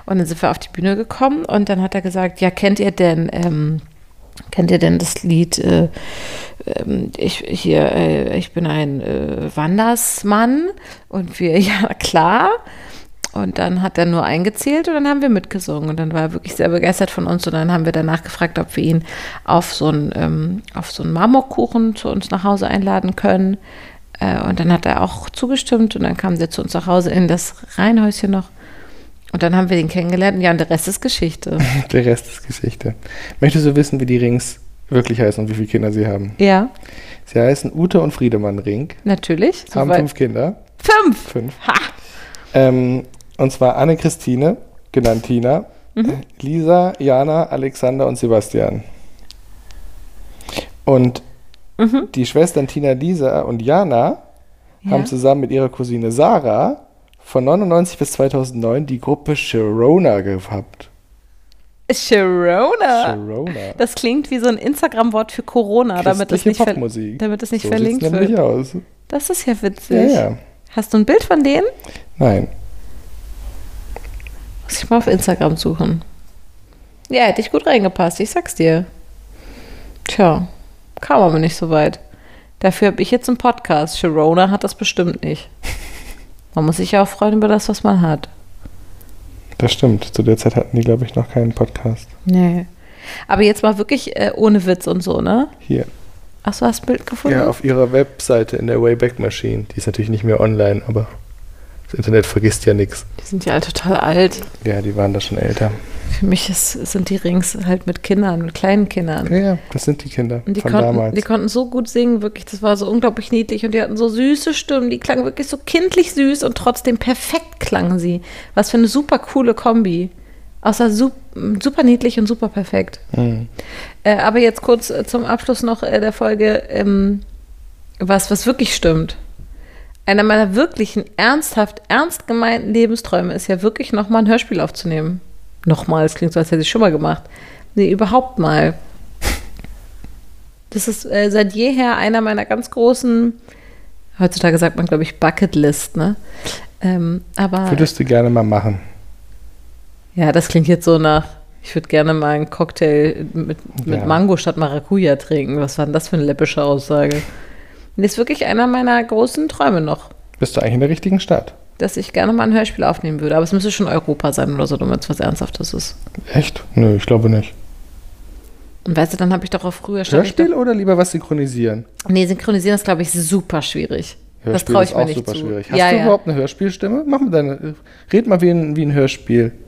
Und dann sind wir auf die Bühne gekommen und dann hat er gesagt, ja, kennt ihr denn, ähm, kennt ihr denn das Lied, äh, ähm, ich, hier, äh, ich bin ein äh, Wandersmann und wir, ja, klar. Und dann hat er nur eingezählt und dann haben wir mitgesungen. Und dann war er wirklich sehr begeistert von uns. Und dann haben wir danach gefragt, ob wir ihn auf so einen, ähm, auf so einen Marmorkuchen zu uns nach Hause einladen können. Äh, und dann hat er auch zugestimmt. Und dann kam der zu uns nach Hause in das Reihenhäuschen noch. Und dann haben wir den kennengelernt. Ja, und der Rest ist Geschichte.
Der Rest ist Geschichte. Möchtest du wissen, wie die Rings wirklich heißen und wie viele Kinder sie haben?
ja,
Sie heißen Ute und Friedemann Ring,
natürlich. So
haben
weit-
fünf Kinder.
fünf.
Fünf.
Ha!
Ähm, und zwar Anne-Christine, genannt Tina,
Mhm.
Lisa, Jana, Alexander und Sebastian. Und
Mhm.
die Schwestern Tina, Lisa und Jana haben zusammen mit ihrer Cousine Sarah von 99 bis 2009 die Gruppe Sharona gehabt.
Sharona.
Sharona.
Ah. Das klingt wie so ein Instagram-Wort für Corona, damit es
Christliche
nicht, ver
Popmusik.
damit es nicht
so
verlinkt
sieht's nämlich
wird.
aus.
Das ist ja
Ja,
witzig.
ja.
Hast du ein Bild von denen?
Nein.
Muss ich mal auf Instagram suchen. Ja, hätte ich gut reingepasst, ich sag's dir. Tja, kam aber nicht so weit. Dafür habe ich jetzt einen Podcast. Sharona hat das bestimmt nicht. Man muss sich ja auch freuen über das, was man hat.
Das stimmt. Zu der Zeit hatten die, glaube ich, noch keinen Podcast.
Nee. Aber jetzt mal wirklich äh, ohne Witz und so, ne?
Hier.
Achso, hast du ein Bild gefunden?
Ja, auf ihrer Webseite in der Wayback Machine. Die ist natürlich nicht mehr online, aber das Internet vergisst ja nichts.
Die sind ja alle total alt.
Ja, die waren da schon älter.
Für mich ist, sind die Rings halt mit Kindern, mit kleinen Kindern.
Ja, ja, das sind die Kinder
Und die
von
konnten,
damals.
die konnten so gut singen, wirklich. Das war so unglaublich niedlich. Und die hatten so süße Stimmen. Die klangen wirklich so kindlich süß und trotzdem perfekt klangen sie. Was für eine super coole Kombi. Außer su super niedlich und super perfekt.
Mhm.
Äh, aber jetzt kurz äh, zum Abschluss noch äh, der Folge, ähm, was, was wirklich stimmt. Einer meiner wirklichen, ernsthaft, ernst gemeinten Lebensträume ist ja wirklich nochmal ein Hörspiel aufzunehmen. Nochmal, es klingt so, als hätte ich schon mal gemacht. Nee, überhaupt mal. Das ist äh, seit jeher einer meiner ganz großen, heutzutage sagt man, glaube ich, Bucketlist, ne? Ähm, aber
Würdest du gerne mal machen?
ja, das klingt jetzt so nach, ich würde gerne mal einen Cocktail mit, mit
Ja.
Mango statt Maracuja trinken. Was war denn das für eine läppische Aussage? Und Das ist wirklich einer meiner großen Träume noch,
Bist du eigentlich in der richtigen Stadt?
dass ich gerne mal ein Hörspiel aufnehmen würde. Aber es müsste schon Europa sein oder so, damit es was Ernsthaftes ist.
Echt? Nö, ich glaube nicht.
Und weißt du, dann habe ich doch auch früher schon.
Hörspiel oder lieber was synchronisieren?
Nee, synchronisieren ist, glaube ich, super schwierig. das
Hörspiel
traue ich
ist
mir
auch
nicht
super
zu.
schwierig. Hast
Ja,
du
ja.
überhaupt eine Hörspielstimme? Mach mal deine. Red mal wie ein, wie ein Hörspiel.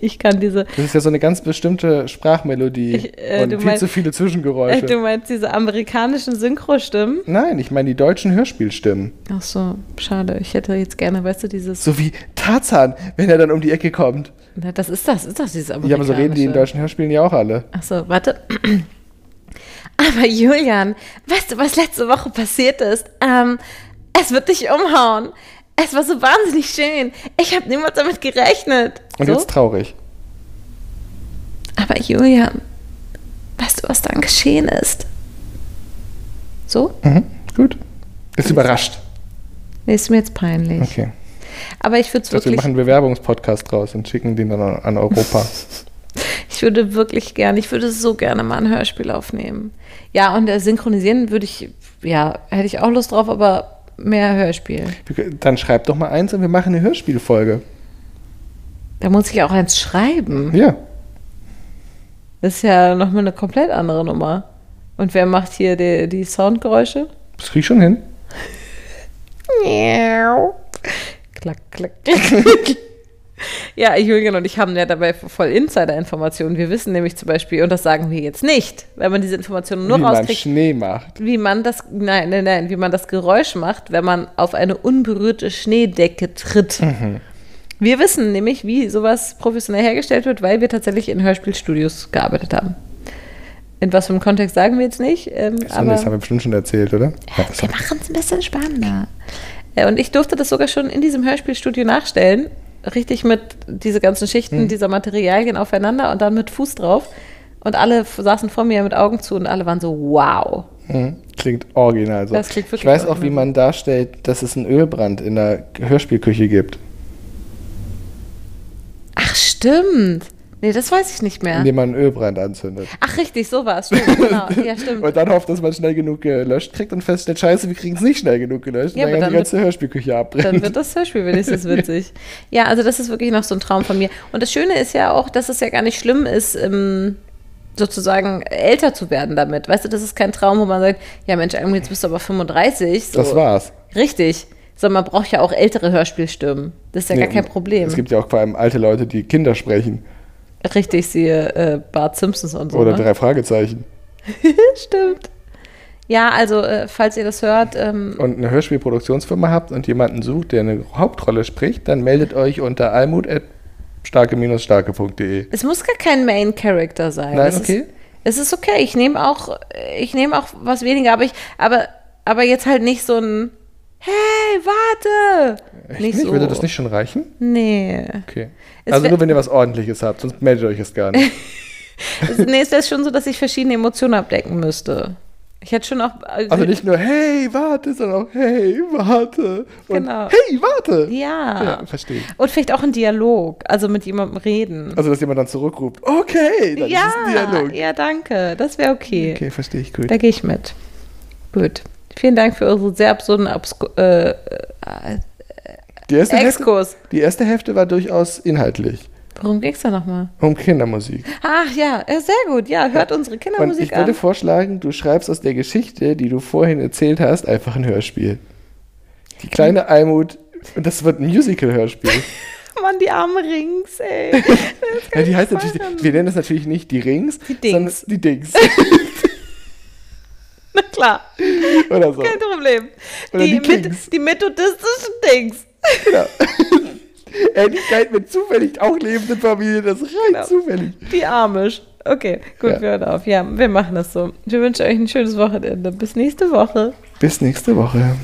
Ich kann diese.
Das ist ja so eine ganz bestimmte Sprachmelodie
Ich, äh,
und
du
viel
meinst-
zu viele
Äh,
Zwischengeräusche.
du meinst diese amerikanischen Synchrostimmen?
Nein, ich meine die deutschen Hörspielstimmen.
Ach so, schade. Ich hätte jetzt gerne, weißt du, dieses.
So wie Tarzan, wenn er dann um die Ecke kommt.
Na, das ist das, ist das dieses amerikanische.
Ja, aber so reden die in deutschen Hörspielen ja auch alle.
Achso, warte. Aber Julian, weißt du, was letzte Woche passiert ist? Ähm, es wird dich umhauen. Es war so wahnsinnig schön. Ich habe niemals damit gerechnet.
Und
so?
jetzt traurig.
Aber Julian, weißt du, was dann geschehen ist? So?
Mhm. Gut. Ist überrascht.
Nee, ist mir jetzt peinlich.
Okay.
Aber ich würde es
Also wir
wirklich,
machen einen Bewerbungspodcast draus und schicken den dann an an Europa.
ich würde wirklich gerne, ich würde so gerne mal ein Hörspiel aufnehmen. Ja, und äh, synchronisieren würde ich, ja, hätte ich auch Lust drauf, aber mehr Hörspiel.
Wir kö- dann schreib doch mal eins und wir machen eine Hörspielfolge.
Da muss ich auch eins schreiben.
Ja.
Das ist ja nochmal eine komplett andere Nummer. Und wer macht hier die, die Soundgeräusche?
Das krieg ich schon hin.
Klack, klack, klack. ja, Julian und ich haben ja dabei voll Insider-Informationen. Wir wissen nämlich zum Beispiel, und das sagen wir jetzt nicht, wenn man diese Informationen nur
Wie man
rauskriegt,
Schnee macht.
wie man das, nein, nein, nein, wie man das Geräusch macht, wenn man auf eine unberührte Schneedecke tritt. Wir wissen nämlich, wie sowas professionell hergestellt wird, weil wir tatsächlich in Hörspielstudios gearbeitet haben. In was für einem Kontext sagen wir jetzt nicht. Ähm,
Das haben,
aber
das haben wir bestimmt schon erzählt, oder? Ja, das
wir
haben-
machen es ein bisschen spannender. Äh, Und ich durfte das sogar schon in diesem Hörspielstudio nachstellen. Richtig mit diese ganzen Schichten dieser Materialien aufeinander und dann mit Fuß drauf. Und alle f- saßen vor mir mit Augen zu und alle waren so, wow.
Mhm. Klingt original so.
Das klingt wirklich
ich weiß auch,
original.
wie man darstellt, dass es einen Ölbrand in der Hörspielküche gibt,
Ach, stimmt. Nee, das weiß ich nicht mehr.
indem man einen Ölbrand anzündet.
Ach, richtig, so war es. Stimmt, genau. Ja, stimmt.
Und dann hofft, dass man schnell genug gelöscht kriegt und feststellt, scheiße, wir kriegen es nicht schnell genug gelöscht.
Ja,
und dann
aber
kann die
dann wird-
ganze Hörspielküche
Dann
abbrennen.
wird das Hörspiel wenigstens witzig. Ja, also das ist wirklich noch so ein Traum von mir. Und das Schöne ist ja auch, dass es ja gar nicht schlimm ist, ähm, sozusagen älter zu werden damit. Weißt du, das ist kein Traum, wo man sagt, ja Mensch, Almut, jetzt bist du aber 35. So.
Das war's.
Richtig. Sondern man braucht ja auch ältere Hörspielstimmen. Das ist ja gar
Nee,
kein Problem.
Es gibt ja auch vor allem alte Leute, die Kinder sprechen.
Richtig, siehe äh, Bart Simpsons und so.
Oder
ne?
drei Fragezeichen.
Stimmt. Ja, also äh, falls ihr das hört, ähm,
Und eine Hörspielproduktionsfirma habt und jemanden sucht, der eine Hauptrolle spricht, dann meldet euch unter almut.starke-starke.de.
Es muss gar kein Main Character sein.
Nein,
es
okay.
Ist, es ist okay. Ich nehme auch, ich nehme auch was weniger, aber ich, aber, aber jetzt halt nicht so ein Hey, warte!
Echt nicht?
so.
Würde das nicht schon reichen?
Nee.
Okay.
Es
also
wär-
nur, wenn ihr was Ordentliches habt, sonst meldet euch es gar nicht.
Es, nee, es wäre schon so, dass ich verschiedene Emotionen abdecken müsste. Ich hätte schon auch. äh,
Also nicht nur, hey, warte, sondern auch, hey, warte. Und
Genau.
hey, warte.
Ja.
Ja, verstehe.
Und vielleicht auch ein Dialog, also mit jemandem reden.
Also, dass jemand dann zurückruft, okay, dann
ja,
ist es ein Dialog.
ja, danke. Das wäre okay.
Okay, verstehe ich gut.
Da gehe ich mit. Gut. Vielen Dank für eure sehr absurden Absku äh, äh,
Die erste, Hälfte,
Exkurs.
die erste Hälfte war durchaus inhaltlich.
Worum ging's da nochmal?
Um Kindermusik.
Ach ja, ja, sehr gut. Ja, hört unsere
Und
Kindermusik
ich würde
an.
vorschlagen, du schreibst aus der Geschichte, die du vorhin erzählt hast, einfach ein Hörspiel. Die kleine Almut, und das wird ein Musical-Hörspiel.
Mann, die armen Rings, ey.
ja, die heißt
gefallen.
natürlich, wir nennen das natürlich nicht die Rings, die
Dings.
sondern die Dings.
Na klar,
Oder so.
kein Problem.
Oder die
Met-
Kings.
die methodistischen Dings.
Genau. Ähnlichkeit mit zufällig auch lebenden Familien, das ist rein
Genau.
zufällig.
Die Amish. Okay, gut,
Ja.
wir hören auf. Ja, wir machen das so. Wir wünschen euch ein schönes Wochenende. Bis nächste Woche.
Bis nächste Woche.